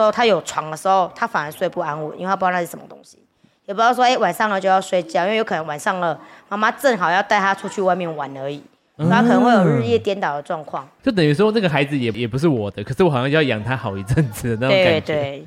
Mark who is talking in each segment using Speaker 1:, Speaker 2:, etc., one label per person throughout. Speaker 1: 时候他有床的时候，他反而睡不安稳，因为他不知道那是什么东西，也不知道说哎、晚上了就要睡觉，因为有可能晚上了妈妈正好要带他出去外面玩而已，所以他可能会有日夜颠倒的状况。
Speaker 2: 就等于说那个孩子也也不是我的，可是我好像要养他好一阵子嗯的那种
Speaker 1: 对
Speaker 2: 感觉。
Speaker 1: 对，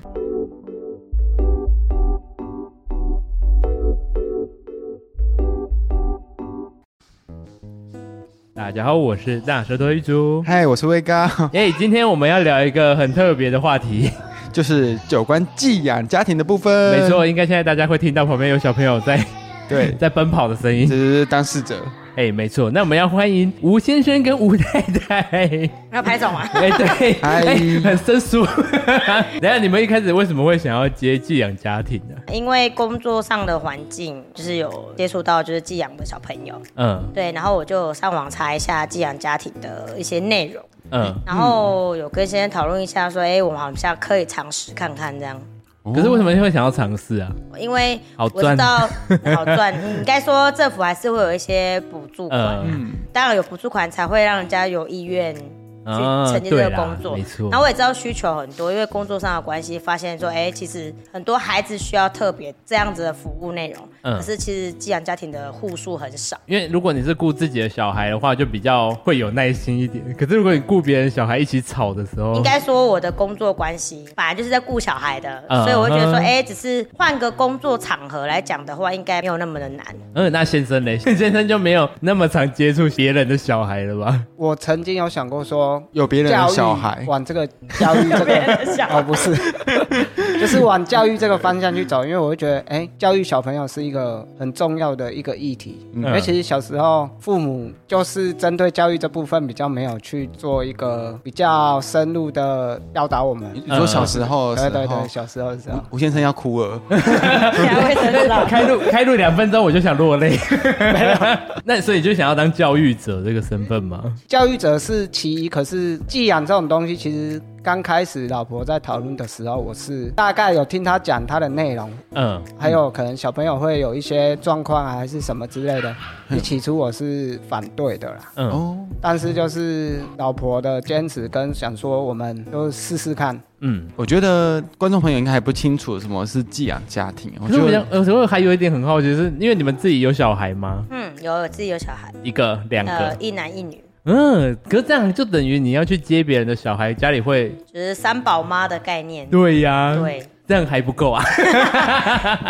Speaker 2: 大家好，我是大舌头一猪。
Speaker 3: 嗨，我是威哥，
Speaker 2: 哎、今天我们要聊一个很特别的话题，
Speaker 3: 就是有关寄养家庭的部分。
Speaker 2: 没，错，应该现在大家会听到旁边有小朋友在，
Speaker 3: 对
Speaker 2: 在奔跑的声
Speaker 3: 这
Speaker 2: 音。
Speaker 3: 是当事者。
Speaker 2: 哎、没错，那我们要欢迎吴先生跟吴太 太。
Speaker 1: 那拍照嘛，
Speaker 2: 哎、对，
Speaker 3: 嗨
Speaker 2: 哎很生疏。 等一下你们一开始为什么会想要接寄养家庭啊呢、
Speaker 1: 因为工作上的环境就是有接触到就是寄养的小朋友，
Speaker 2: 嗯
Speaker 1: 对，然后我就上网查一下寄养家庭的一些内容，
Speaker 2: 嗯，
Speaker 1: 然后有跟先生讨论一下说，哎，我们好像可以尝试看看这样。
Speaker 3: 哦
Speaker 2: 可是为什么会想要尝试啊？
Speaker 1: 因为
Speaker 2: 好
Speaker 1: 我
Speaker 2: 赚
Speaker 1: 知 道好赚，应该说政府还是会有一些补助款，
Speaker 2: 嗯
Speaker 1: 当然有补助款才会让人家有意愿去
Speaker 2: 啊
Speaker 1: 承接这
Speaker 2: 对
Speaker 1: 个
Speaker 2: 啦
Speaker 1: 工作。
Speaker 2: 没错
Speaker 1: 然后我也知道需求很多，因为工作上的关系，发现说，哎、其实很多孩子需要特别这样子的服务内容，
Speaker 2: 嗯哦
Speaker 1: 可是其实寄养家庭的户数很少。
Speaker 2: 因为如果你是顾自己的小孩的话，就比较会有耐心一点。可是如果你顾别人小孩一起吵的时候，
Speaker 1: 应该说我的工作关系本来就是在顾小孩的，
Speaker 2: 嗯
Speaker 1: 所以我会觉得说，
Speaker 2: 嗯
Speaker 1: 哎、只是换个工作场合来讲的话，应该没有那么的 难。
Speaker 2: 嗯，那先生嘞， 先生就没有那么常接触别人的小孩了 吧？
Speaker 4: 我曾经有想过说，
Speaker 3: 有别人
Speaker 4: 教
Speaker 3: 的
Speaker 4: 育
Speaker 3: 小孩，
Speaker 4: 往这个教育这个哦不是， 就是往教育这个方向去走，因为我会觉得，哎、教育小朋友是一个很重要的一个议题。
Speaker 2: 嗯
Speaker 4: 而其实小时候父母就是针对教育这部分比较没有去做一个比较深入的教导我们。
Speaker 3: 你说小时候的
Speaker 4: 对
Speaker 3: 时
Speaker 4: 对对，
Speaker 3: 候，
Speaker 4: 小时候是这样。
Speaker 3: 吴先生要哭了。
Speaker 1: 两位知道。
Speaker 2: 开录开录两分钟我就想落泪， 那所以你就想要当教育者这个身份吗？
Speaker 4: 教育者是其一，可是寄养这种东西，其实刚开始老婆在讨论的时候，我是大概有听她讲她的内容，
Speaker 2: 嗯
Speaker 4: 还有可能小朋友会有一些状况啊，还是什么之类的。起初我是反对的啦，
Speaker 2: 嗯
Speaker 3: 哦，
Speaker 4: 但是就是老婆的坚持跟想说，我们就试试看。
Speaker 2: 嗯。
Speaker 3: 我觉得观众朋友应该还不清楚什么是寄养家庭。我
Speaker 2: 可是
Speaker 3: 觉
Speaker 2: 我
Speaker 3: 得
Speaker 2: 想，有时候还有一点很好奇，是因为你们自己有小孩吗？
Speaker 1: 嗯，有有自己有小孩，
Speaker 2: 一个、两
Speaker 1: 呃
Speaker 2: 个，，
Speaker 1: 一男一女，
Speaker 2: 嗯，可是这样就等于你要去接别人的小孩，家里会
Speaker 1: 就是三宝妈的概念。
Speaker 2: 对呀，
Speaker 1: 对，
Speaker 2: 这样还不够 啊。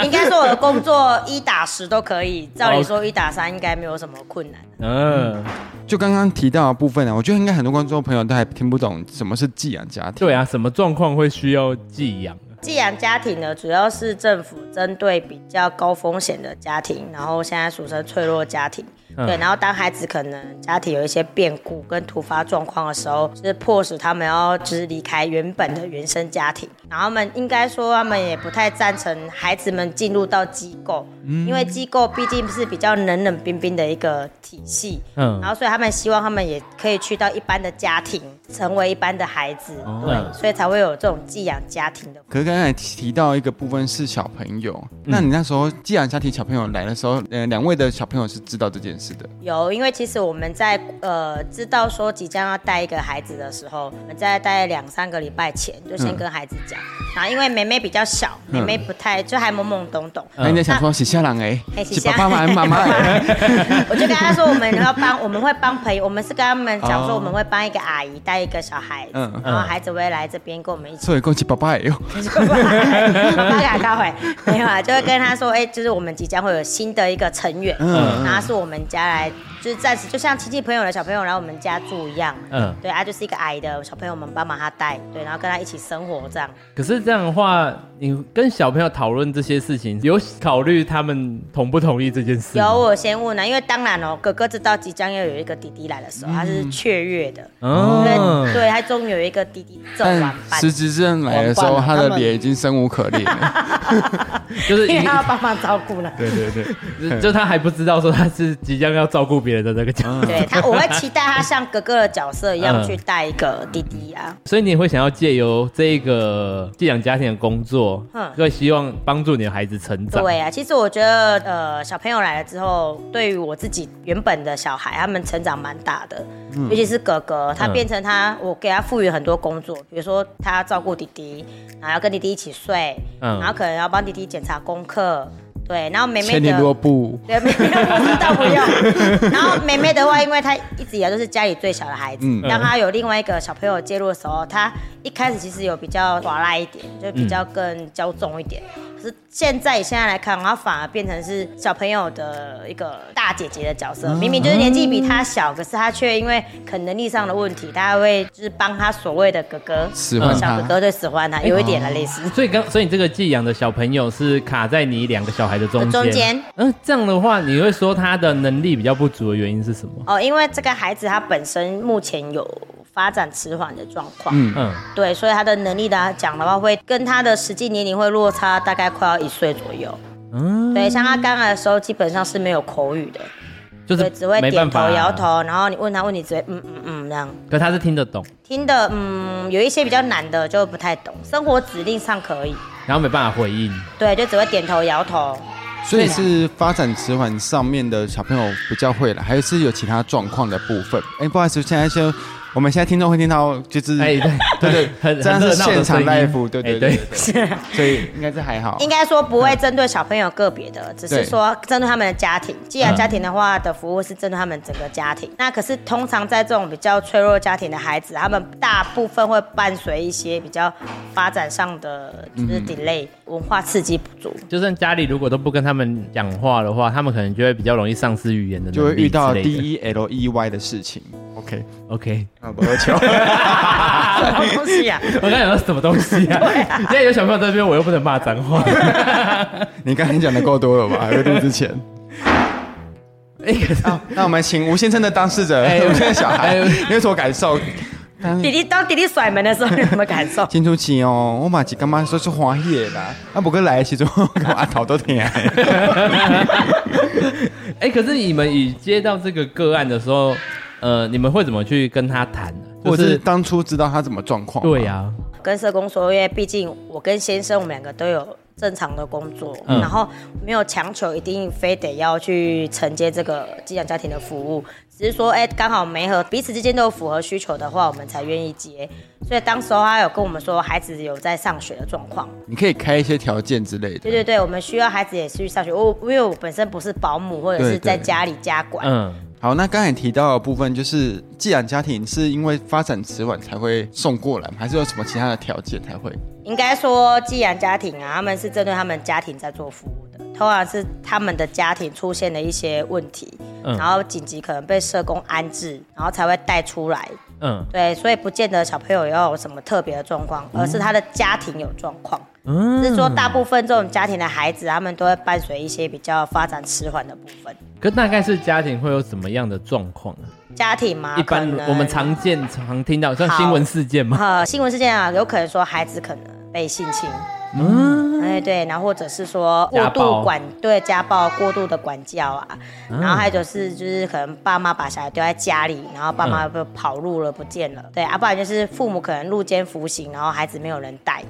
Speaker 1: 应该说我的工作一打十都可以，照理
Speaker 2: 哦
Speaker 1: 说一打三应该没有什么困难。
Speaker 2: 嗯，
Speaker 3: 就刚刚提到的部分呢，啊我觉得应该很多观众朋友都还听不懂什么是寄养家庭。
Speaker 2: 对啊，什么状况会需要寄养？啊
Speaker 1: 寄养家庭呢，主要是政府针对比较高风险的家庭，然后现在俗称脆弱家庭。
Speaker 2: 嗯
Speaker 1: 对，然后当孩子可能家庭有一些变故跟突发状况的时候，就是迫使他们要就是离开原本的原生家庭，然后他们应该说他们也不太赞成孩子们进入到机构，因为机构毕竟是比较冷冷冰冰的一个体系，
Speaker 2: 嗯
Speaker 1: 然后所以他们希望他们也可以去到一般的家庭，成为一般的孩子，
Speaker 2: 嗯
Speaker 1: 对，所以才会有这种寄养家庭的
Speaker 3: 可是刚才提到一个部分是小朋友，那你那时候寄养家庭小朋友来的时候，呃，两位的小朋友是知道这件事的。
Speaker 1: 有，因为其实我们在呃知道说即将要带一个孩子的时候，我们在大概两三个礼拜前就先跟孩子讲，然后因为妹妹比较小，妹妹不太就还懵懵懂懂，
Speaker 3: 那你在想说，是下人哎
Speaker 1: 哎，是
Speaker 3: 是
Speaker 1: 啥
Speaker 3: 爸爸 妈 妈哎，
Speaker 1: 我就跟他说我们要帮，我们会帮朋友，我们是跟他们讲说
Speaker 3: 哦
Speaker 1: 我们会帮一个阿姨带一个小孩子，
Speaker 3: 嗯
Speaker 1: 然后孩子会来这边跟我们一起。
Speaker 3: 所以恭喜爸爸哎哟。
Speaker 2: 嗯
Speaker 1: 八嘎高回没有啊，就会跟他说，哎、就是我们即将会有新的一个成员，
Speaker 3: 嗯
Speaker 1: 然后是我们家来，就是暂时就像亲戚朋友的小朋友来我们家住一样，
Speaker 2: 嗯，
Speaker 1: 对啊，就是一个矮的小朋友，我们帮忙他带，对，然后跟他一起生活这样。
Speaker 2: 可是这样的话，你跟小朋友讨论这些事情，有考虑他们同不同意这件事
Speaker 1: 有
Speaker 2: 吗？
Speaker 1: 我先问了，因为当然哦，哥哥知道即将要有一个弟弟来的时候，他是雀跃的，因
Speaker 2: 嗯哦
Speaker 1: 为，对他终于有一个弟弟正晚
Speaker 3: 但
Speaker 1: 班，
Speaker 3: 实质上来的时候，
Speaker 4: 晚
Speaker 3: 他
Speaker 4: 班啊
Speaker 3: 的
Speaker 4: 他们
Speaker 3: 脸已经生无可恋了。
Speaker 2: 就是
Speaker 1: 因
Speaker 2: 已
Speaker 1: 为他要帮忙照顾了。
Speaker 2: 对对对，就他还不知道说他是即将要照顾别别人的那个角色，
Speaker 1: 对他，我会期待他像哥哥的角色一样
Speaker 2: 嗯
Speaker 1: 去带一个弟弟啊。
Speaker 2: 所以你也会想要借由这个寄养家庭的工作
Speaker 1: 嗯，
Speaker 2: 会希望帮助你的孩子成长。
Speaker 1: 对啊，其实我觉得，呃，小朋友来了之后，对于我自己原本的小孩，他们成长蛮大的，尤其是哥哥，他
Speaker 2: 嗯
Speaker 1: 变成他，我给他赋予很多工作，比如说他要照顾弟弟，然后要跟弟弟一起睡，
Speaker 2: 嗯
Speaker 1: 然后可能要帮弟弟检查功课，对，然后妹妹
Speaker 3: 千里
Speaker 1: 的。
Speaker 3: 落布，
Speaker 1: 对，没有，不倒不用。然后妹妹的话，因为她一直以来都是家里最小的孩子，
Speaker 3: 嗯
Speaker 1: 当她有另外一个小朋友介入的时候，她一开始其实有比较耍赖一点，就比较更骄纵一点。可是现在以现在来看，她反而变成是小朋友的一个大姐姐的角色，明明就是年纪比她小，可是她却因为可能能力上的问题，她还会就是帮她所谓的哥哥
Speaker 3: 使唤
Speaker 1: 小
Speaker 3: 她
Speaker 1: 哥哥对使唤她，有一点的类似。
Speaker 2: 所以刚，所以你这个寄养的小朋友是卡在你两个小孩的中间。
Speaker 1: 中间
Speaker 2: 嗯，这样的话，你会说他的能力比较不足的原因是什么？
Speaker 1: 哦，因为这个孩子他本身目前有发展迟缓的状况，
Speaker 3: 嗯
Speaker 2: 嗯，
Speaker 1: 对，所以他的能力来讲的话，会跟他的实际年龄会落差大概快要一岁左右。嗯，对，像他刚来的时候，基本上是没有口语的，
Speaker 2: 就是
Speaker 1: 对，只会
Speaker 2: 没
Speaker 1: 点
Speaker 2: 办
Speaker 1: 头
Speaker 2: 法啊
Speaker 1: 摇。头，然后你问他问题，只会嗯嗯嗯这样。
Speaker 2: 可他是听得懂，
Speaker 1: 听的，嗯，有一些比较难的就不太懂，生活指令上可以，
Speaker 2: 然后没办法回应。
Speaker 1: 对，就只会点头摇头。
Speaker 3: 所以是发展迟缓上面的小朋友比较会了，还是有其他状况的部分？哎、不好意思，现在先我们现在听众会听到就是，
Speaker 2: 哎， 对
Speaker 3: 嗯对对
Speaker 2: 很
Speaker 3: 这样
Speaker 2: 很
Speaker 3: 是
Speaker 2: 热闹的
Speaker 3: 现场
Speaker 2: 声音
Speaker 3: live，对
Speaker 2: 哎
Speaker 3: 对对对， 所以应该是还好。
Speaker 1: 应该说不会针对小朋友个别的，只是
Speaker 3: 对
Speaker 1: 说针对他们的家庭。既然
Speaker 2: 嗯
Speaker 1: 家庭的话的服务是针对他们整个家庭，那可是通常在这种比较脆弱家庭的孩子，他们大部分会伴随一些比较发展上的就是 delay，、文化刺激不足。
Speaker 2: 就算家里如果都不跟他们讲话的话，他们可能就会比较容易丧失语言的能力
Speaker 3: 就会遇到
Speaker 2: 之类的
Speaker 3: D E L E Y 的事情。OK，
Speaker 2: OK，
Speaker 3: 啊，不要求。
Speaker 1: 什么东西啊？
Speaker 2: 我刚才讲到什么东西啊？现在有小朋友在这边，我又不能骂脏 话。
Speaker 3: 你刚才讲的够多了吧？在录之前。
Speaker 2: 哎，可是
Speaker 3: 好，那我们请吴先生的当事者，
Speaker 2: 哎
Speaker 3: 吴先生小孩，
Speaker 2: 哎
Speaker 3: 你有什么感受？？
Speaker 1: 弟弟当弟弟甩门的时候，你有什么感受
Speaker 3: 真出奇哦，我嘛是感觉说是欢喜的啦。啊，不过来的时候， 我阿头 都疼。
Speaker 2: 哎、可是你们以接到这个个案的时候，呃，你们会怎么去跟他谈呢？
Speaker 3: 我
Speaker 2: 就是是
Speaker 3: 当初知道他怎么状况。
Speaker 2: 对啊呀、
Speaker 1: 跟社工说，因为毕竟我跟先生我们两个都有正常的工作，
Speaker 2: 嗯
Speaker 1: 然后没有强求一定非得要去承接这个寄养家庭的服务，只是说，哎，刚好没和彼此之间都有符合需求的话，我们才愿意接。所以当时候他有跟我们说，孩子有在上学的状况，
Speaker 3: 你可以开一些条件之类的。
Speaker 1: 对对对，我们需要孩子也去上学。我因为我本身不是保姆或者
Speaker 3: 对
Speaker 1: 是在
Speaker 3: 对
Speaker 1: 家里家管，
Speaker 2: 嗯，
Speaker 3: 好，那刚才提到的部分就是，寄养家庭是因为发展迟缓才会送过来吗，还是有什么其他的条件才会？
Speaker 1: 应该说寄养家庭啊，他们是针对他们家庭在做服务的，通常是他们的家庭出现了一些问题，
Speaker 2: 嗯
Speaker 1: 然后紧急可能被社工安置，然后才会带出来。
Speaker 2: 嗯
Speaker 1: 对，所以不见得小朋友要有什么特别的状况，而是他的家庭有状况。
Speaker 2: 嗯，
Speaker 1: 只是说，大部分这种家庭的孩子，他们都会伴随一些比较发展迟缓的部分。
Speaker 2: 可大概是家庭会有什么样的状况啊？
Speaker 1: 家庭嘛，
Speaker 2: 一般
Speaker 1: 可能
Speaker 2: 我们常见、常听到像新闻事件嘛，
Speaker 1: 呃，新闻事件啊，有可能说孩子可能被性侵，嗯，哎对，然后或者是说过
Speaker 2: 家暴嗯
Speaker 1: 度管对家暴过度的管教啊，然后还有就是就是可能爸妈把小孩丢在家里，然后爸妈
Speaker 2: 嗯
Speaker 1: 就跑路了不见了，对啊，不然就是父母可能入监服刑，然后孩子没有人带，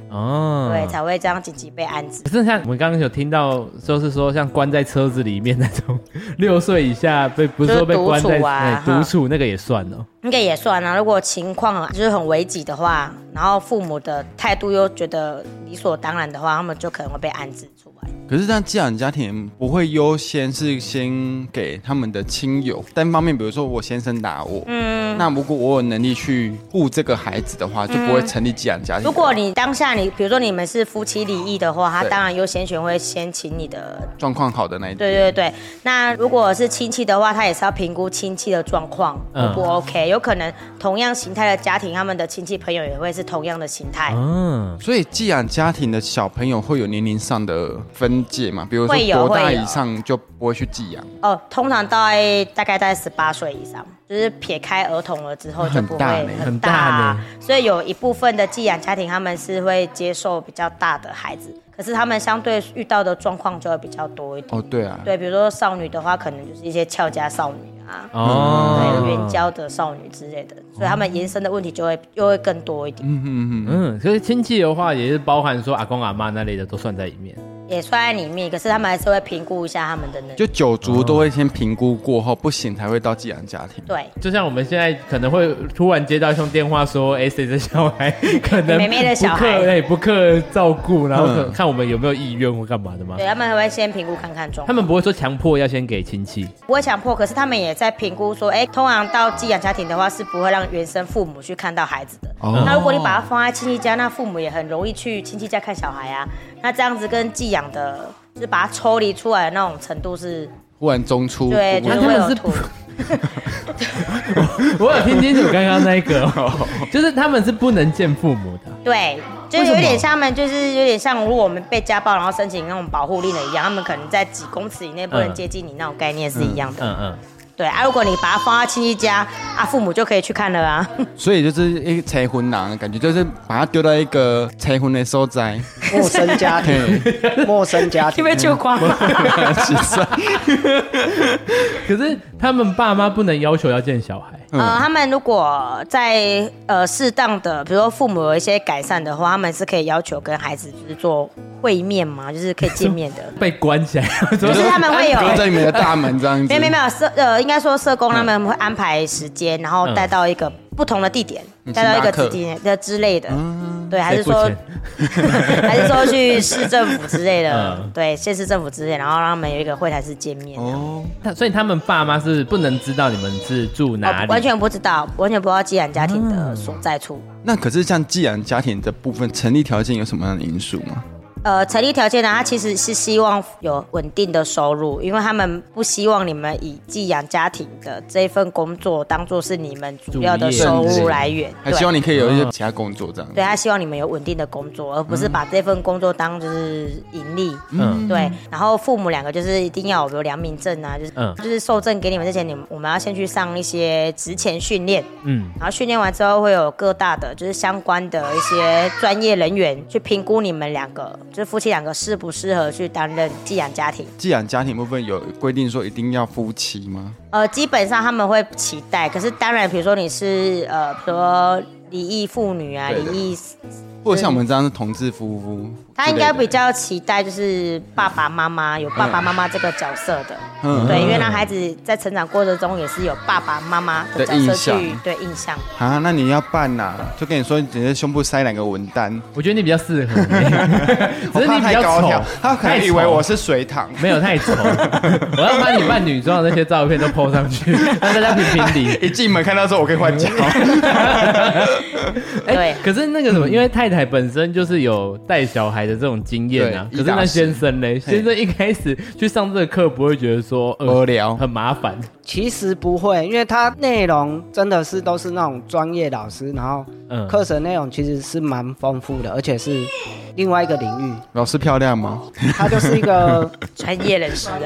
Speaker 1: 嗯
Speaker 2: 哦，
Speaker 1: 对，才会这样紧急被安置。
Speaker 2: 可是像我们刚刚有听到，就是说像关在车子里面那种，六岁以下被不是说被关
Speaker 1: 就
Speaker 2: 在
Speaker 1: 是独处啊
Speaker 2: 哎
Speaker 1: 哈
Speaker 2: 独处那个也算哦。
Speaker 1: 应该也算啊。如果情况就是很危急的话，然后父母的态度又觉得理所当然的话，他们就可能会被安置出来。
Speaker 3: 可是这样寄养家庭不会优先是先给他们的亲友单方面，比如说我先生打我，嗯，那如果我有能力去护这个孩子的话，就不会成立寄养家庭。
Speaker 1: 如果你当下你，比如说你们是夫妻离异的话，他
Speaker 3: 对
Speaker 1: 当然优先权会先请你的。
Speaker 3: 状况好的那一
Speaker 1: 对对对，那如果是亲戚的话，他也是要评估亲戚的状况 O
Speaker 2: 嗯
Speaker 1: 不 OK，、有可能同样形态的家庭，他们的亲戚朋友也会是同样的形态。
Speaker 2: 嗯，
Speaker 3: 所以寄养家庭的小朋友会有年龄上的分界嘛？比如说
Speaker 1: 会有
Speaker 3: 多大
Speaker 1: 会有
Speaker 3: 以上就不会去寄养，
Speaker 1: 哦，通常大概大概在十八岁以上，就是撇开儿童了之后就不
Speaker 3: 很
Speaker 1: 会
Speaker 3: 大呢
Speaker 2: 很
Speaker 1: 大啊
Speaker 2: 大呢
Speaker 1: 所以有一部分的寄养家庭他们是会接受比较大的孩子，可是他们相对遇到的状况就会比较多一点。
Speaker 3: 哦，对啊，
Speaker 1: 对，比如说少女的话，可能就是一些俏家少女啊，啊，
Speaker 2: 哦
Speaker 1: 对，援交的少女之类的，所以他们延伸的问题就会又会更多一点，
Speaker 3: 嗯嗯嗯，
Speaker 2: 嗯，所以亲戚的话也是包含说阿公阿妈那类的都算在里面。
Speaker 1: 也算在里面。可是他们还是会评估一下他们的能力。
Speaker 3: 就九族都会先评估过后不行才会到寄养家庭。
Speaker 1: 对，
Speaker 2: 就像我们现在可能会突然接到一通电话说，哎、谁的小孩可能
Speaker 1: 妹妹的小孩
Speaker 2: 不克哎、不克照顾，然后可
Speaker 3: 嗯
Speaker 2: 看我们有没有意愿或干嘛的吗
Speaker 1: 对？他们会先评估看看状
Speaker 2: 他
Speaker 1: 况，
Speaker 2: 们不会说强迫要先给亲戚，
Speaker 1: 不会强迫，可是他们也在评估说，哎，通常到寄养家庭的话是不会让原生父母去看到孩子的。
Speaker 3: 哦
Speaker 1: 那如果你把它放在亲戚家，那父母也很容易去亲戚家看小孩啊。那这样子跟寄养的，就是把它抽离出来的那种程度是，
Speaker 3: 忽然中出，
Speaker 1: 对，
Speaker 3: 不
Speaker 1: 就是
Speaker 2: 他
Speaker 1: 会
Speaker 2: 们
Speaker 1: 有
Speaker 2: 是
Speaker 1: 突。
Speaker 2: 我有听清楚刚刚那一 个哦，就是他们是不能见父母的。
Speaker 1: 对，就是有点像他们，就是有点像如果我们被家暴，然后申请那种保护令的一样，他们可能在几公尺以内不能
Speaker 2: 嗯
Speaker 1: 接近你那种概念是一样的。
Speaker 2: 嗯嗯，
Speaker 1: 对啊，如果你把它放到亲戚家啊，父母就可以去看了啊。
Speaker 3: 所以就是一个拆婚郎，感觉就是把他丢到一个拆婚的所在，
Speaker 4: 陌生家庭，陌生家
Speaker 1: 你
Speaker 4: 庭，
Speaker 1: 被救光了。
Speaker 3: 其 实
Speaker 2: 可是他们爸妈不能要求要见小孩。
Speaker 1: 呃，他们如果在呃适当的，比如说父母有一些改善的话，他们是可以要求跟孩子就是做会面嘛，就是可以见面的。
Speaker 2: 被关起来，
Speaker 1: 不是他们会有
Speaker 3: 隔着你们的大门这样子，
Speaker 1: 没有没有没有社呃，应该说社工他们会安排时间，然后
Speaker 2: 嗯
Speaker 1: 带到一个不同的地点，
Speaker 3: 嗯
Speaker 1: 带到一个
Speaker 3: 星巴克
Speaker 1: 地点的之类的，对，还
Speaker 2: 嗯谁
Speaker 1: 是
Speaker 2: 付
Speaker 1: 说
Speaker 2: 钱
Speaker 1: 还是说去市政府之类的
Speaker 2: 嗯，
Speaker 1: 对，县市政府之类，然后让他们有一个会台式见面。
Speaker 3: 哦，
Speaker 2: 他所以他们爸妈是不能知道你们是住
Speaker 1: 哦
Speaker 2: 哪里，
Speaker 1: 完全不知道，完全不知道寄养家庭的所在处。
Speaker 3: 那可是像寄养家庭的部分，成立条件有什么样的因素吗？
Speaker 1: 呃，成立条件呢，他其实是希望有稳定的收入，因为他们不希望你们以寄养家庭的这一份工作当做是你们主要的
Speaker 2: 主业
Speaker 1: 收入来源。
Speaker 3: 还
Speaker 1: 对。
Speaker 3: 希望你可以有一些其他工作这样。
Speaker 1: 对他希望你们有稳定的工作，而不是把这份工作当就是盈利。
Speaker 2: 嗯
Speaker 1: 对，然后父母两个就是一定要有比如良民证啊，就是、
Speaker 2: 嗯
Speaker 1: 就是受证给你们之前，你们我们要先去上一些职前训练，
Speaker 2: 嗯，
Speaker 1: 然后训练完之后会有各大的就是相关的一些专业人员去评估你们两个，就是夫妻两个适不适合去担任寄养家庭。
Speaker 3: 寄养家庭部分有规定说一定要夫妻吗？
Speaker 1: 呃，基本上他们会期待，可是当然，比如说你是呃，比如说离异妇女啊，
Speaker 3: 对
Speaker 1: 离
Speaker 3: 的
Speaker 1: 异
Speaker 3: 或者像我们这样是同志夫妇之类的？
Speaker 1: 他应该比较期待就是爸爸妈妈有爸爸妈妈这个角色的，
Speaker 3: 嗯
Speaker 1: 对，因为让孩子在成长过程中也是有爸爸妈妈的角
Speaker 3: 的
Speaker 1: 色
Speaker 3: 印
Speaker 1: 去
Speaker 3: 象
Speaker 1: 对印象。
Speaker 3: 啊，那你要办呐、就跟你说，你直接胸部塞两个文丹，
Speaker 2: 我觉得你比较适合， 只
Speaker 3: 我
Speaker 2: 是
Speaker 3: 怕
Speaker 2: 你比
Speaker 3: 太
Speaker 2: 较
Speaker 3: 高
Speaker 2: 丑
Speaker 3: 挑，，他可
Speaker 2: 太
Speaker 3: 能
Speaker 2: 丑
Speaker 3: 以为我是水塘。
Speaker 2: 没有太 丑，我要把你扮女装的那些照片都 po 上去，让大家评评理。
Speaker 3: 一进门看到说我可 以换脚，
Speaker 2: 哎、
Speaker 1: 对
Speaker 2: 可是那个什么，因为太太本身就是有带小孩的这种经验啊。可
Speaker 3: 对
Speaker 2: 是
Speaker 3: 一
Speaker 2: 那
Speaker 3: 打十
Speaker 2: 先生嘞，先生一开始去上这个课，不会觉得说呃
Speaker 3: 无聊
Speaker 2: 很麻 烦，
Speaker 4: 其实不会，因为它内容真的是都是那种专业老师，然后
Speaker 2: 嗯
Speaker 4: 课程内容其实是蛮丰富的，而且是另外一个领域，
Speaker 3: 老师漂亮吗？
Speaker 2: 嗯
Speaker 4: 它就是 一个
Speaker 1: 专业人士啊，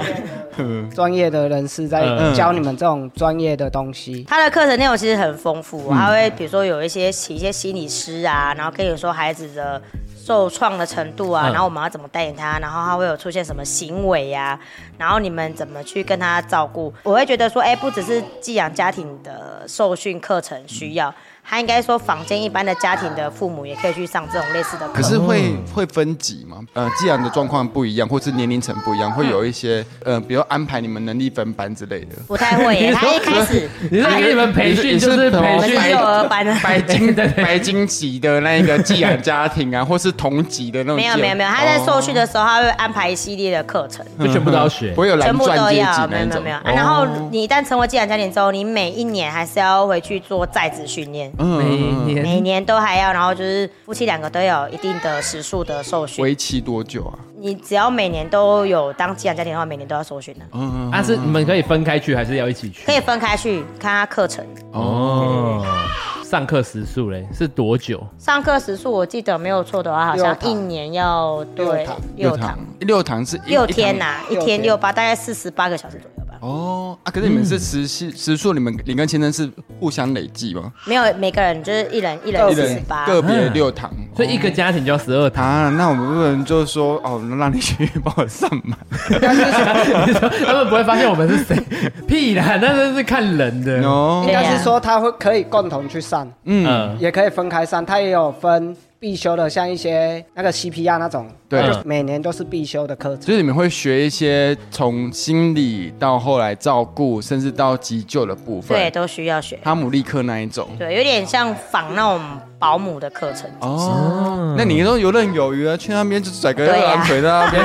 Speaker 4: 专业的人士在
Speaker 2: 嗯
Speaker 4: 教你们这种专业的东西。
Speaker 1: 他的课程内容其实很丰富，
Speaker 3: 嗯
Speaker 1: 他会比如说有一些请一些心理师啊，然后跟你说孩子的受创的程度啊，
Speaker 2: 嗯
Speaker 1: 然后我们要怎么带领他，然后他会有出现什么行为呀、然后你们怎么去跟他照顾。我会觉得说，哎，不只是寄养家庭的受训课程需要，他应该说坊间一般的家庭的父母也可以去上这种类似的课。
Speaker 3: 可是会、会分级吗？呃，既然的状况不一样，或是年龄层不一样，会有一些呃，比如安排你们能力分班之类 的。
Speaker 1: 不太会耶，他一开始
Speaker 2: 你是给你们培训，就是培
Speaker 3: 你
Speaker 2: 训
Speaker 3: 是
Speaker 1: 幼儿班啊。
Speaker 3: 白金
Speaker 2: 对 对
Speaker 3: 白金级的那一个寄养家庭啊，或是同级的那种
Speaker 1: 没
Speaker 3: 寄
Speaker 1: 有
Speaker 3: 养。
Speaker 1: 没有没有，他在受
Speaker 3: 哦
Speaker 1: 训的时候，他会安排一系列的课程，
Speaker 2: 就全部都要学
Speaker 3: 不。会有蓝
Speaker 1: 全部
Speaker 3: 钻
Speaker 1: 都
Speaker 3: 阶级
Speaker 1: 要，没
Speaker 3: 那
Speaker 1: 有没
Speaker 3: 一
Speaker 1: 有
Speaker 3: 种。
Speaker 1: 没有。啊
Speaker 3: 哦
Speaker 1: 然后你一旦成为寄养家庭之后，你每一年还是要回去做在职训练，
Speaker 3: 嗯
Speaker 2: 每
Speaker 1: 每
Speaker 2: 年
Speaker 1: 年都还要，然后就是夫妻两个都有一定的时数的受训。
Speaker 3: 为期多久啊？
Speaker 1: 你只要每年都有当寄养家庭的话，每年都要受训的，
Speaker 3: 嗯，
Speaker 2: 啊，是你们可以分开去，还是要一起去
Speaker 1: 可？以分开去看他课程。
Speaker 2: 哦，上课时数嘞是多久？
Speaker 3: 哦
Speaker 1: 上课时数我记得没有错的话，好像
Speaker 4: 六堂
Speaker 1: 一年要对
Speaker 4: 六
Speaker 1: 六
Speaker 4: 堂
Speaker 1: 堂
Speaker 3: 六堂是一
Speaker 1: 六天呐、。
Speaker 3: 一堂
Speaker 1: 一
Speaker 4: 六
Speaker 1: 天
Speaker 4: 天
Speaker 1: 六八，大概四十八个小时左右吧。
Speaker 3: 哦啊，可是你们是时系时数，你们你跟先生是互相累计吗？
Speaker 1: 没有每个人就是一人一人
Speaker 4: 各
Speaker 1: 四十八，
Speaker 3: 个别六堂哦
Speaker 2: 所以一个家庭就要十二堂。
Speaker 3: 啊，那我们不能就说哦，让你去帮我上 满，
Speaker 2: 你说他们不会发现我们是谁？屁啦，那真是看人的。
Speaker 3: 哦
Speaker 4: 应，该
Speaker 1: 对啊
Speaker 4: 是说他会可以共同去上，
Speaker 3: 嗯，
Speaker 2: 嗯，
Speaker 4: 也可以分开上，他也有分必修的，像一些那个 CPR 那种，
Speaker 3: 对
Speaker 4: 那就每年都是必修的课程。
Speaker 3: 就是你们会学一些从心理到后来照顾，甚至到急救的部分，
Speaker 1: 对，，都需要学。
Speaker 3: 哈姆立克那一种。
Speaker 1: 对，有点像仿那种保姆的课程。
Speaker 3: 哦，那你都游刃有余啊，去那边就甩个
Speaker 1: 对啊
Speaker 3: 两腿在那边，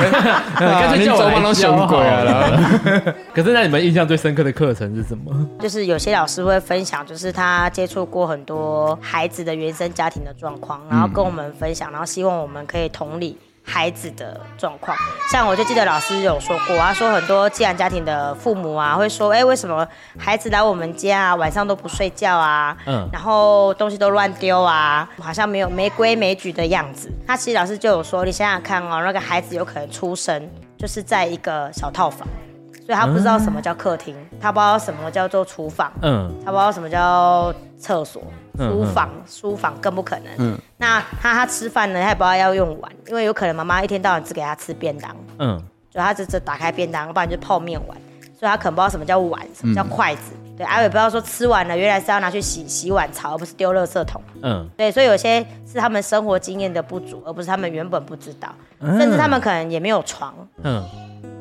Speaker 2: 干
Speaker 3: 啊
Speaker 2: 脆
Speaker 3: 你
Speaker 2: 叫
Speaker 3: 走
Speaker 2: 我来
Speaker 3: 完都
Speaker 2: 教
Speaker 3: 熊
Speaker 2: 好
Speaker 3: 鬼啊了。
Speaker 2: 了。可是那你们印象最深刻的课程是什么？
Speaker 1: 就是有些老师会分享，就是他接触过很多孩子的原生家庭的状况，然后跟我们分享，然后希望我们可以同理孩子的状况。像我就记得老师有说过，他说很多寄养家庭的父母啊，会说，哎、为什么孩子来我们家啊，晚上都不睡觉啊，
Speaker 2: 嗯
Speaker 1: 然后东西都乱丢啊，好像没有没规没矩的样子。他其实老师就有说，你想想看哦，那个孩子有可能出生就是在一个小套房。所以他不知道什么叫客厅，他不知道什么叫做厨房，
Speaker 2: 嗯，
Speaker 1: 他不知道什么叫厕所、
Speaker 2: 嗯
Speaker 1: 书
Speaker 2: 嗯
Speaker 1: 房、书房更不可能。
Speaker 3: 嗯
Speaker 1: 那他他吃饭呢，他也不知道要用碗，因为有可能妈妈一天到晚只给他吃便当，
Speaker 2: 嗯，
Speaker 1: 就他只只打开便当，不然就泡面碗，所以他可能不知道什么叫碗，什
Speaker 2: 嗯
Speaker 1: 么叫筷子。对，阿伟不知道说吃完了，原来是要拿去洗洗碗槽，而不是丢垃圾桶。
Speaker 2: 嗯，
Speaker 1: 对，所以有些是他们生活经验的不足，而不是他们原本不知道，甚至他们可能也没有床，
Speaker 2: 嗯，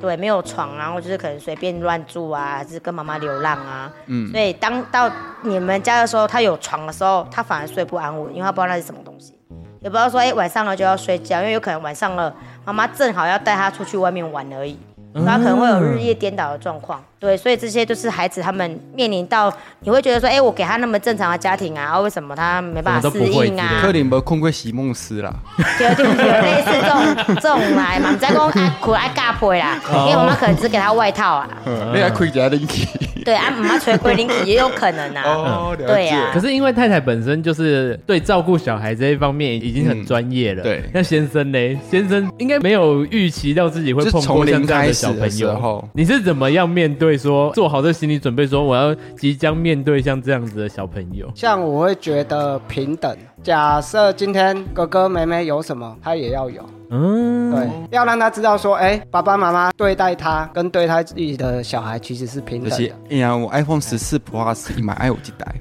Speaker 1: 对，没有床，然后就是可能随便乱住啊，还是跟妈妈流浪啊。嗯，所以当到你们家的时候，他有床的时候，他反而睡不安稳，因为他不知道那是什么东西，也不知道说，哎、晚上了就要睡觉，因为有可能晚上了，妈妈正好要带他出去外面玩而已。
Speaker 2: 嗯
Speaker 1: 所以他可能会有日夜颠倒的状况，对，所以这些就是孩子他们面临到，你会觉得说，哎、我给他那么正常的家庭啊，啊为什么他没办法
Speaker 2: 什
Speaker 1: 适
Speaker 2: 么都不会
Speaker 1: 应
Speaker 2: 之类
Speaker 1: 啊？
Speaker 2: 的
Speaker 3: 克林伯困过席梦思啦，
Speaker 1: 对对对，类似这种这种来嘛，在讲啊，苦爱嫁婆啦，
Speaker 2: 哦
Speaker 1: 因为妈妈可能只给他外套啊，
Speaker 3: 你还亏家林奇。
Speaker 1: 对啊，妈妈捶归零也有可能啊，
Speaker 3: 哦，了
Speaker 1: 对
Speaker 3: 解。
Speaker 1: 啊
Speaker 2: 可是因为太太本身就是对照顾小孩这一方面已经很专业了，
Speaker 3: 嗯对
Speaker 2: 那先生呢？先生应该没有预期到自己会碰
Speaker 3: 就
Speaker 2: 过
Speaker 3: 从
Speaker 2: 像
Speaker 3: 零
Speaker 2: 这样
Speaker 3: 开
Speaker 2: 的
Speaker 3: 始
Speaker 2: 小
Speaker 3: 的
Speaker 2: 朋
Speaker 3: 时
Speaker 2: 友
Speaker 3: 候。
Speaker 2: 你是怎么样面对说做好这心理准备，说我要即将面对像这样子的小朋友？
Speaker 4: 像我会觉得平等，假设今天哥哥妹妹有什么，他也要有，
Speaker 2: 嗯，
Speaker 4: 对，要让他知道说，哎，爸爸妈妈对待他跟对待自己的小孩其实是平
Speaker 3: 就
Speaker 4: 等
Speaker 3: 是
Speaker 4: 的。，
Speaker 3: 哎呀，我 iPhone 十四 Plus 一买爱有几台，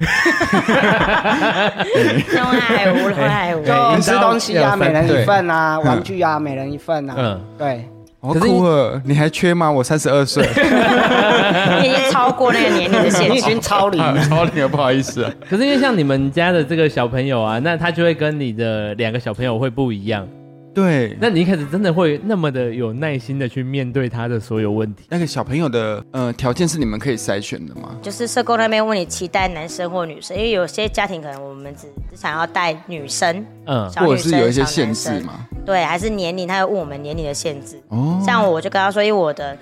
Speaker 1: 凶爱无爱无，
Speaker 2: 哎
Speaker 4: 就吃东西
Speaker 2: 一
Speaker 4: 啊，
Speaker 2: 刀
Speaker 4: 每人一份啊，
Speaker 3: 对嗯
Speaker 4: 玩具啊，每人一份啊
Speaker 2: 嗯，
Speaker 4: 对，
Speaker 3: 我
Speaker 2: 可是
Speaker 3: 哭了，哦啊你还缺吗？我三十二岁，
Speaker 2: 哎
Speaker 1: 你已经超过那个年龄的限
Speaker 4: 你已
Speaker 1: 制，
Speaker 4: 经超龄了。
Speaker 3: 超龄了，不好意思啊。
Speaker 2: 可是因为像你们家的这个小朋友啊，那他就会跟你的两个小朋友会不一样。
Speaker 3: 对，
Speaker 2: 那你一开始真的会那么的有耐心的去面对他的所有问题？
Speaker 3: 那个小朋友的呃条件是你们可以筛选的吗？
Speaker 1: 就是社工那边问你期待男生或女生，因为有些家庭可能我们只只想要带女生，
Speaker 2: 嗯
Speaker 1: 小
Speaker 3: 或
Speaker 1: 女
Speaker 3: 者
Speaker 1: 生
Speaker 3: 是有一些
Speaker 1: 小
Speaker 3: 限
Speaker 1: 男
Speaker 3: 制
Speaker 1: 生
Speaker 3: 吗？
Speaker 1: 对，还是年龄，他会问我们年龄的限制。
Speaker 3: 哦
Speaker 1: 像我就跟他说，因为我的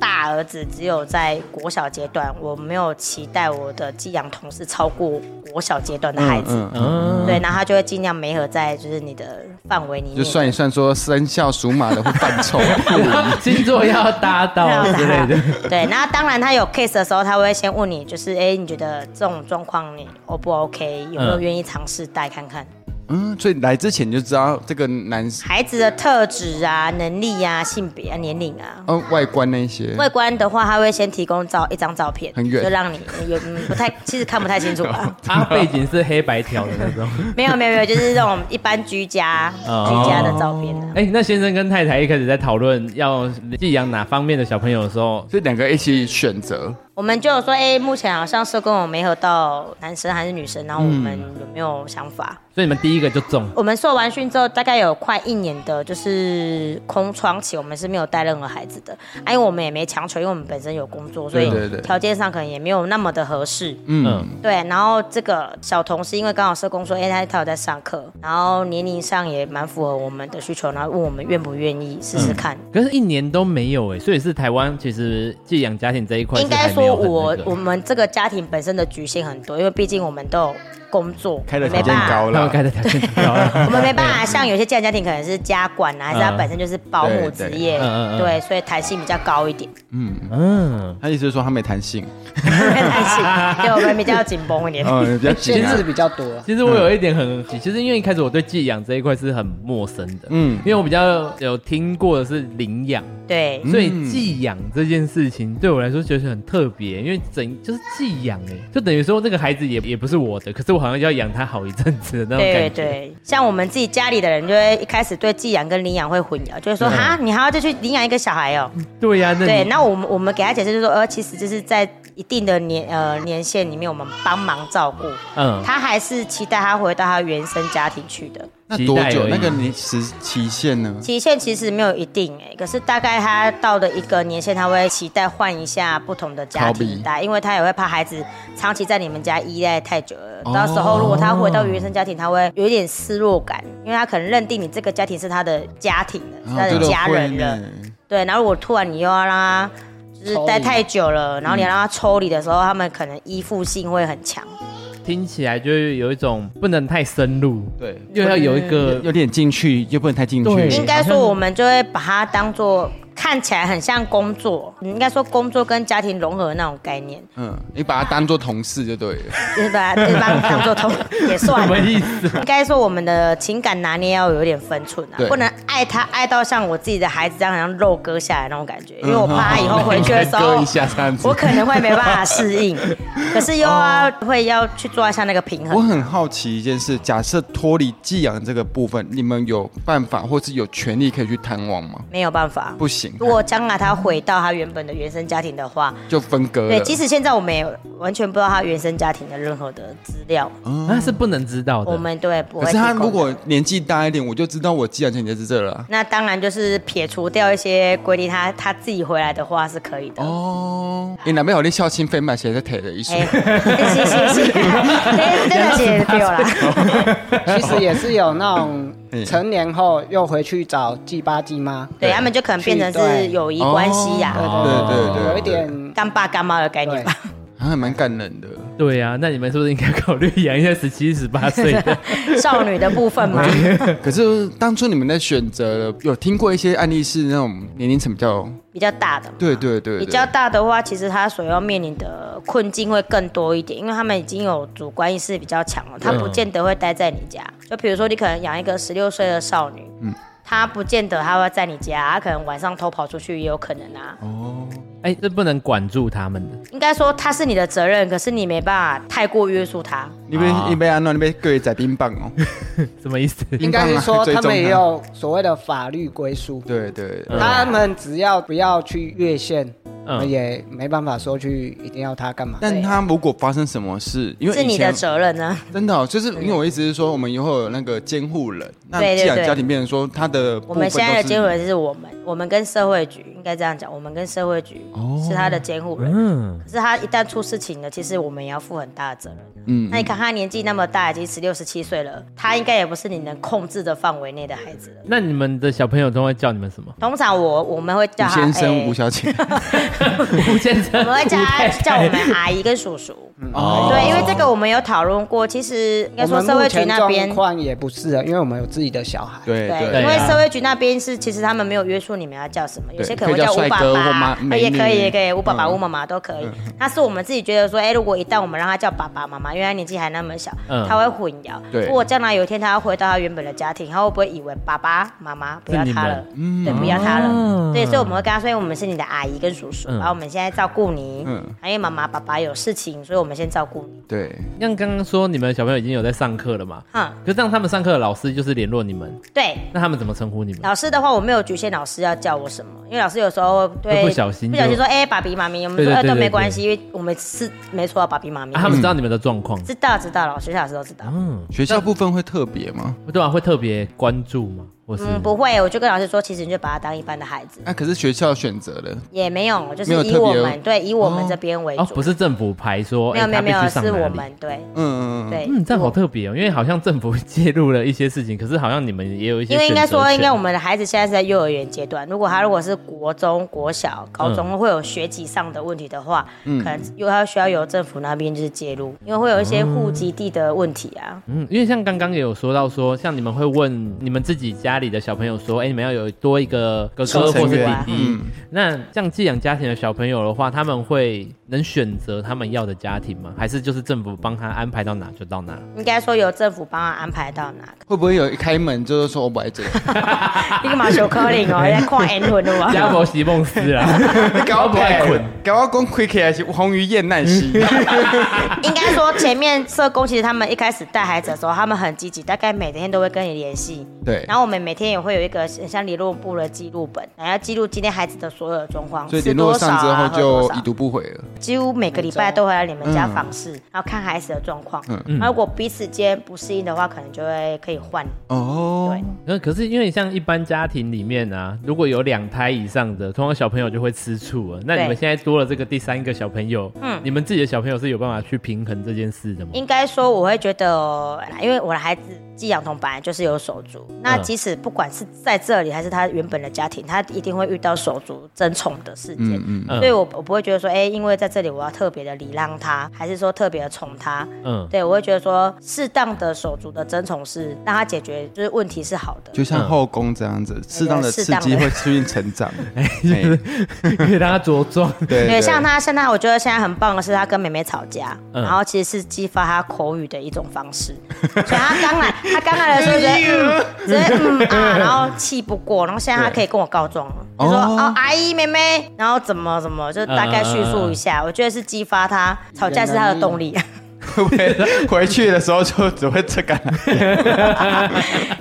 Speaker 1: 大儿子只有在国小阶段，我没有期待我的寄养同事超过国小阶段的孩子。
Speaker 3: 嗯嗯，
Speaker 2: 嗯，
Speaker 1: 对，然后他就会尽量媒合在就是你的范围里面。
Speaker 3: 就算一算说生肖属马的会犯 冲，
Speaker 2: 星座要搭到 之类的。
Speaker 1: 对，那当然他有 case 的时候，他会先问你，就是哎、诶你觉得这种状况你 O 不 OK？有没有
Speaker 2: 嗯
Speaker 1: 愿意尝试带看看？
Speaker 3: 嗯，所以来之前就知道这个男生
Speaker 1: 孩子的特质啊、能力啊、性别啊、年龄啊。
Speaker 3: 呃外观那一些，
Speaker 1: 外观的话，他会先提供照一张照片，
Speaker 3: 很远哦
Speaker 1: 就让你有嗯不太，其实看不太清楚 啊。
Speaker 2: 啊，背景是黑白条的那种。
Speaker 1: 没有没有没有，就是这种一般居家
Speaker 2: 哦
Speaker 1: 居家的照片啊。
Speaker 2: 哎、那先生跟太太一开始在讨论要寄养哪方面的小朋友的时候，
Speaker 3: 所以两个一起选择，
Speaker 1: 我们就有说，哎，目前好像社工有没有到男生还是女生，然后我们
Speaker 3: 嗯
Speaker 1: 有没有想法？
Speaker 2: 所以你们第一个就中。
Speaker 1: 我们受完训之后，大概有快一年的，就是空窗期，我们是没有带任何孩子的，啊、因为我们也没强求，因为我们本身有工作，所以
Speaker 3: 对对对
Speaker 1: 条件上可能也没有那么的合适。
Speaker 2: 嗯
Speaker 3: 嗯，
Speaker 1: 对，然后这个小童是因为刚好社工说，哎、他他有在上课，然后年龄上也蛮符合我们的需求，然后问我们愿不愿意试试看。
Speaker 3: 嗯
Speaker 2: 可是，一年都没有哎、所以是台湾其实寄养
Speaker 3: 嗯
Speaker 2: 家庭这一块、
Speaker 1: 应该
Speaker 2: 是还没
Speaker 1: 说
Speaker 2: 有很那
Speaker 1: 我
Speaker 2: 个
Speaker 1: 我们这个家庭本身的局限很多，因为毕竟我们都有工作，
Speaker 3: 开的
Speaker 1: 没
Speaker 3: 条件
Speaker 1: 办法
Speaker 2: 他
Speaker 3: 高
Speaker 2: 们
Speaker 3: 了，
Speaker 2: 开的条件挺高
Speaker 1: 我
Speaker 2: 了。
Speaker 1: 们没办法像有些家庭家庭可能是家管啊，还是他本身就是保姆职业，
Speaker 2: 嗯对对嗯嗯嗯
Speaker 1: 对，所以弹性比较高一 点，
Speaker 3: 嗯，
Speaker 2: 嗯，
Speaker 3: 他意思是说他没弹性，
Speaker 1: 弹性对我们比较紧绷一点。
Speaker 3: 嗯，比较
Speaker 4: 限
Speaker 3: 紧啊
Speaker 4: 制，比较多。
Speaker 2: 其实我有一点很，其实因为一开始我对寄养这一块是很陌生的，
Speaker 3: 嗯
Speaker 2: 因为我比较有听过的是领养，
Speaker 1: 对，
Speaker 2: 所以
Speaker 3: 嗯
Speaker 2: 寄养这件事情对我来说觉得很特别，因为整就是寄养哎、就等于说这个孩子也也不是我的，可是我好像要养他好一阵子的那种
Speaker 1: 对
Speaker 2: 感觉。
Speaker 1: 对，像我们自己家里的人，就会一开始对寄养跟领养会混淆，就是说
Speaker 2: 对
Speaker 1: 啊，你还要再去领养一个小孩哦。
Speaker 2: 对呀、那
Speaker 1: 对，
Speaker 2: 你
Speaker 1: 那我们我们给他解释就是说，呃，其实就是在一定的年呃年限里面，我们帮忙照顾，
Speaker 2: 嗯，
Speaker 1: 他还是期待他回到他原生家庭去的。
Speaker 3: 那
Speaker 2: 期
Speaker 3: 多
Speaker 2: 待
Speaker 3: 久？
Speaker 2: 而已
Speaker 3: 那个你时期限呢？
Speaker 1: 期限其实没有一定哎、可是大概他到了一个年限，他会期待换一下不同的家庭带，因为他也会怕孩子长期在你们家依赖太久了，
Speaker 3: 哦
Speaker 1: 到时候如果他回到原生家庭，他会有一点失落感，因为他可能认定你这个家庭是他的家庭了，是他
Speaker 3: 啊这
Speaker 1: 的
Speaker 3: 个
Speaker 1: 家人
Speaker 3: 会
Speaker 1: 了。
Speaker 3: 呢
Speaker 1: 对，然后如果突然你又要让他就是待太久了，然后你
Speaker 3: 嗯
Speaker 1: 要让他抽离的时候，他们可能依附性会很强。
Speaker 2: 听起来就是有一种不能太深入，
Speaker 3: 对，
Speaker 2: 又要有一个
Speaker 3: 有点进去又不能太进
Speaker 2: 对
Speaker 3: 去
Speaker 1: 应，该说，我们就会把它当做看起来很像工作，嗯应该说工作跟家庭融合的那种概念，
Speaker 3: 嗯，你把它当做同事 就对了，
Speaker 1: 就是把它就是把它当做同也
Speaker 2: 什
Speaker 1: 算
Speaker 2: 么
Speaker 1: 了。
Speaker 2: 意思？
Speaker 1: 应该说，我们的情感拿捏要有点分寸啊
Speaker 3: 对，
Speaker 1: 不能爱他爱到像我自己的孩子这样，好像肉割下来那种感觉。因为我
Speaker 3: 嗯
Speaker 1: 怕他以后回去的时候
Speaker 3: 割一，下这样子
Speaker 1: 我。 可能会没办法适应，可是又要会要去抓一下那个平
Speaker 3: 我
Speaker 1: 衡。
Speaker 3: 很好奇一件事，假设脱离寄养这个部分，你们有办法或是有权利可以去探望吗？
Speaker 1: 没有办法，
Speaker 3: 不行，
Speaker 1: 如果将来他回到他原本的原生家庭的话，
Speaker 3: 就分割了。
Speaker 1: 对，即使现在我们也完全不知道他原生家庭的任何的资料，
Speaker 2: 那啊是不能知道的。
Speaker 1: 嗯我们对不会
Speaker 3: 哦可
Speaker 1: 提
Speaker 3: 是
Speaker 1: 供的。
Speaker 3: 他如果年纪大一点，我就知道我寄养前在这了啊、
Speaker 1: 那当然就是撇除掉一些规定，他他自己回来的话是可以的。
Speaker 3: 哦，你那边有啲孝心费买写在腿的意思
Speaker 1: 哎，？谢谢 谢谢，哎，真的谢谢对我啦。
Speaker 4: 其实也是有那种
Speaker 3: 嗯
Speaker 4: 成年后又回去找继爸继妈，
Speaker 1: 对他们就可能变成是友谊关系呀、
Speaker 3: 哦
Speaker 2: 对对
Speaker 3: 对对
Speaker 4: 有一点
Speaker 1: 干爸干妈的概念吧。
Speaker 3: 还蛮感人的。
Speaker 2: 对呀、那你们是不是应该考虑养一下十七、十八岁 的？
Speaker 1: 少女的部分嘛，
Speaker 3: 可是当初你们在选择了，有听过一些案例是那种年龄层比较，
Speaker 1: 比较大的嘛。
Speaker 3: 对对对对，
Speaker 1: 比较大的话，其实他所要面临的困境会更多一点，因为他们已经有主观意识比较强了，他不见得会待在你家。就比如说，你可能养一个十六岁的少女，嗯，她不见得她会在你家，她可能晚上偷跑出去也有可能啊。
Speaker 3: 哦，
Speaker 2: 哎、这不能管住他们的。
Speaker 1: 应该说她是你的责任，可是你没办法太过约束她。
Speaker 3: 你被
Speaker 2: 啊
Speaker 3: 你被安诺，你被各位仔冰 棒哦，
Speaker 2: 什么意思？
Speaker 4: 应
Speaker 3: 冰棒啊
Speaker 4: 该是说他
Speaker 3: 追踪
Speaker 4: 们也有所谓的法律归属，
Speaker 3: 对对对
Speaker 4: 他们只要不要去越线，
Speaker 2: 嗯
Speaker 4: 也没办法说去一定要他干嘛。
Speaker 3: 但他如果发生什么事，因为
Speaker 1: 是
Speaker 3: 以
Speaker 1: 你的
Speaker 3: 前
Speaker 1: 责任呢、
Speaker 3: 真的哦、就是因为我一直是说，我们以后有那个监护人，那
Speaker 1: 对对
Speaker 3: 寄养
Speaker 1: 对
Speaker 3: 家庭变成说他的部
Speaker 1: 我
Speaker 3: 分都
Speaker 1: 们
Speaker 3: 是
Speaker 1: 现在的监护人是我们，我们跟社会局应该这样讲，我们跟社会局
Speaker 3: 哦
Speaker 1: 是他的监护人。
Speaker 2: 嗯，
Speaker 1: 可是他一旦出事情了，其实我们也要负很大的责任啊。
Speaker 3: 嗯
Speaker 1: 那你看他年纪那么大，已经十六十七岁了，他应该也不是你能控制的范围内的孩子了。？
Speaker 2: 那你们的小朋友都会叫你们什么
Speaker 1: 通常我我们会叫他
Speaker 3: 吴先生、
Speaker 1: 哎
Speaker 3: 吴小姐，
Speaker 2: 吴先生，
Speaker 1: 我们会叫
Speaker 2: 吴
Speaker 1: 他
Speaker 2: 太太
Speaker 1: 叫我们阿姨跟叔叔。
Speaker 3: 哦
Speaker 1: 对，因为这个我们有讨论过，其实应该
Speaker 4: 我
Speaker 1: 说
Speaker 4: 们
Speaker 1: 社
Speaker 4: 目
Speaker 1: 会局
Speaker 4: 前
Speaker 1: 那
Speaker 4: 状
Speaker 1: 边。
Speaker 4: 况也不是啊，因为我们有自己的小孩。
Speaker 3: 对
Speaker 1: 对，
Speaker 3: 对
Speaker 1: 因为
Speaker 2: 啊
Speaker 1: 社会局那边是，其实他们没有约束你们要叫什么，有些可能会
Speaker 3: 可以叫
Speaker 1: 吴爸
Speaker 3: 帅哥或妈
Speaker 1: 爸，
Speaker 3: 美
Speaker 1: 也可以，
Speaker 3: 女
Speaker 1: 也可以吴爸爸、
Speaker 3: 嗯
Speaker 1: 吴妈妈都可以。那是我们自己觉得说，哎，如果一旦我们让他叫爸爸妈妈，因为他年纪还那么小
Speaker 2: 嗯，
Speaker 1: 他会混淆。
Speaker 3: 对
Speaker 1: 如果将来有一天他要回到他原本的家庭，他会不会以为爸爸妈妈不要
Speaker 2: 是你
Speaker 1: 他
Speaker 2: 们
Speaker 1: 了？
Speaker 3: 嗯
Speaker 1: 对，不要他
Speaker 2: 哦
Speaker 3: 啊
Speaker 1: 了。对，所以我们会跟他说，哎因为我们是你的阿姨跟叔叔，
Speaker 2: 嗯
Speaker 1: 然后我们现在照顾你啊
Speaker 3: 嗯，
Speaker 1: 因为妈妈爸爸有事情，所以我们先照顾你。
Speaker 3: 对，
Speaker 2: 像刚刚说，你们小朋友已经有在上课了嘛？
Speaker 1: 嗯，
Speaker 2: 可是让他们上课的老师就是联络你们，
Speaker 1: 对，
Speaker 2: 那他们怎么称呼你们？
Speaker 1: 老师的话，我没有局限老师要叫我什么，因为老师有时候对
Speaker 2: 会不小心就
Speaker 1: 不小心说，哎、爸比妈咪，我们
Speaker 2: 对对
Speaker 1: 说
Speaker 2: 对
Speaker 1: 呃都
Speaker 2: 对
Speaker 1: 没
Speaker 2: 对
Speaker 1: 关系，因为我们是没错，爸比妈咪
Speaker 2: 啊，，他们知道你们的状况，
Speaker 1: 知道知道了，学校老师都知道。
Speaker 2: 嗯，
Speaker 3: 学校部分会特别吗？
Speaker 2: 对啊，会特别关注吗？我是
Speaker 1: 嗯，不会，我就跟老师说，其实你就把他当一般的孩子，
Speaker 3: 啊，可是学校选择了，
Speaker 1: 也没有，就是
Speaker 3: 没有
Speaker 1: 以
Speaker 3: 特
Speaker 1: 我
Speaker 3: 别
Speaker 1: 们对以我们这边为主，
Speaker 2: 哦哦，不是政府排说，
Speaker 1: 没有
Speaker 2: 哎
Speaker 1: 没有没
Speaker 2: 他
Speaker 1: 有，
Speaker 2: 必须上
Speaker 1: 是
Speaker 2: 哪
Speaker 1: 我
Speaker 2: 里
Speaker 1: 们对
Speaker 3: 嗯嗯嗯，
Speaker 1: 对，
Speaker 2: 嗯，这样好特别哦，因为好像政府介入了一些事情，可是好像你们也有一些
Speaker 1: 因为应该
Speaker 2: 选择
Speaker 1: 说，
Speaker 2: 权
Speaker 1: 应该我们的孩子现在是在幼儿园阶段。如果他如果是国中、国小、高
Speaker 2: 嗯
Speaker 1: 中会有学籍上的问题的话，可能又要需要由政府那边就是介入，因为会有一些户籍地的问题啊。
Speaker 2: 嗯，因为像刚刚也有说到说，像你们会问你们自己家里的小朋友说，哎、你们要有多一个哥哥
Speaker 3: 成
Speaker 2: 或是弟
Speaker 3: 员
Speaker 2: 弟。那像寄养家庭的小朋友的话，他们会能选择他们要的家庭吗？还是就是政府帮他安排到哪就到哪？
Speaker 1: 应该说由政府帮他安排到哪，
Speaker 3: 会不会有一开门就是说我哦不爱 这个，
Speaker 1: 你干嘛小可怜哦，在看 N 魂 的吗？
Speaker 2: 家婆席梦思啊 啦，
Speaker 3: 搞
Speaker 2: 不爱困，
Speaker 3: 搞我讲开起来是红于燕难西，
Speaker 1: 应该说前面社工其实他们一开始带孩子的时候，他们很积极，大概每天都会跟你联系。
Speaker 3: 对
Speaker 1: 然，后我们每天也会有一个很像联络部的记录本，然后要记录今天孩子的所有的状况，
Speaker 3: 所以
Speaker 1: 吃
Speaker 3: 联
Speaker 1: 多
Speaker 3: 络
Speaker 1: 少
Speaker 3: 上之
Speaker 1: 啊，
Speaker 3: 后
Speaker 1: 喝多
Speaker 3: 就嗯
Speaker 1: 少
Speaker 3: 已。读不回了，
Speaker 1: 几乎每个礼拜都会来你们家访视，然后看孩子的状况。嗯，如果彼此间不适应的话，可能就会可以换。
Speaker 3: 哦
Speaker 1: 对，
Speaker 2: 那可是因为像一般家庭里面啊，如果有两胎以上的，通常小朋友就会吃醋了。啊那你们
Speaker 1: 对
Speaker 2: 现在多了这个第三个小朋友，嗯
Speaker 1: 嗯，
Speaker 2: 你们自己的小朋友是有办法去平衡这件事的吗？
Speaker 1: 应该说，我会觉得，哦因为我的孩子寄养童本来就是有手足，那即使不管是在这里还是他原本的家庭，他一定会遇到手足争宠的事件。
Speaker 3: 嗯
Speaker 2: 嗯
Speaker 1: 所以 我我不会觉得说，哎、因为在这里我要特别的礼让他，还是说特别的宠他。
Speaker 2: 嗯，
Speaker 1: 对，我会觉得说，适当的手足的争宠是让他解决就是问题是好的。
Speaker 3: 就像后宫这样子，适当的刺激会促进 成长，哎
Speaker 2: 可以让他茁壮。
Speaker 3: 对
Speaker 1: 对， 像他现在，我觉得现在很棒的是，他跟妹妹吵架，
Speaker 2: 嗯
Speaker 1: 然后其实是激发他口语的一种方式。 所以他刚来，他刚来 的时候
Speaker 3: 哎
Speaker 1: 觉得嗯，觉得嗯啊，然后气不过，然后现在他可以跟我告状了，就说
Speaker 3: 哦
Speaker 1: 哦阿姨妹妹，然后怎么怎么，就大概叙述一
Speaker 3: 嗯
Speaker 1: 下。我觉得是激发他吵架是他的动力，
Speaker 3: 会不会回去的时候就只会这 个？
Speaker 1: 像
Speaker 3: 啊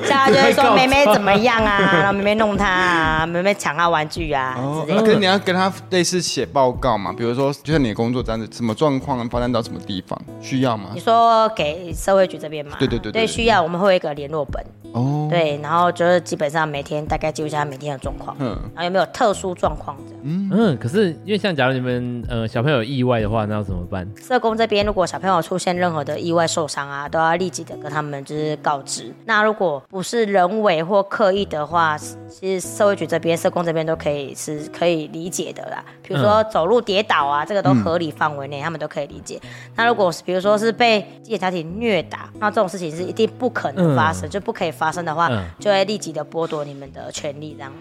Speaker 1: 他就会 说
Speaker 2: 告状
Speaker 1: 妹妹怎么样啊，然后妹妹弄他啊，妹妹抢他玩具啊
Speaker 3: 哦，
Speaker 1: 之类的。
Speaker 3: 可是你要跟他类似写报告嘛，比如说就像你的工作这样子，什么状况发展到什么地方，需要吗
Speaker 1: 你？说给社会局这边嘛？
Speaker 3: 对对对对
Speaker 1: 对，需要我们会有一个联络本。
Speaker 3: 哦，
Speaker 1: 对，然后就是基本上每天大概记录一下他每天的状况，
Speaker 3: 嗯，
Speaker 1: 然后有没有特殊状况这样。
Speaker 2: 嗯，可是因为像假如你们呃小朋友有意外的话，那要怎么办？
Speaker 1: 社工这边如果小朋友出现任何的意外受伤啊，都要立即的跟他们就是告知。那如果不是人为或刻意的话，其实社会局这边、社工这边都可以是可以理解的啦。比如说走路跌倒啊，这个都合理范围内，他们都可以理解。那如果是比如说是被寄养家庭虐打，那这种事情是一定不可能发生，就不可以发生的话，
Speaker 2: 嗯
Speaker 1: 就会立即的剥夺你们的权利这样。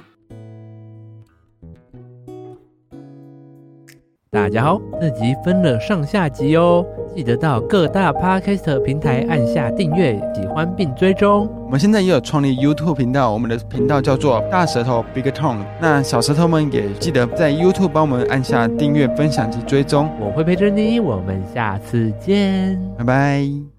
Speaker 2: 大家好，这集分了上下集哦，记得到各大 podcast 平台按下订阅、喜欢并追踪。
Speaker 3: 我们现在也有创立 YouTube 频道，我们的频道叫做大舌头 Big Tongue。那小舌头们也记得在 YouTube 帮我们按下订阅、分享及追踪，
Speaker 2: 我会陪着你，我们下次见。
Speaker 3: 拜拜。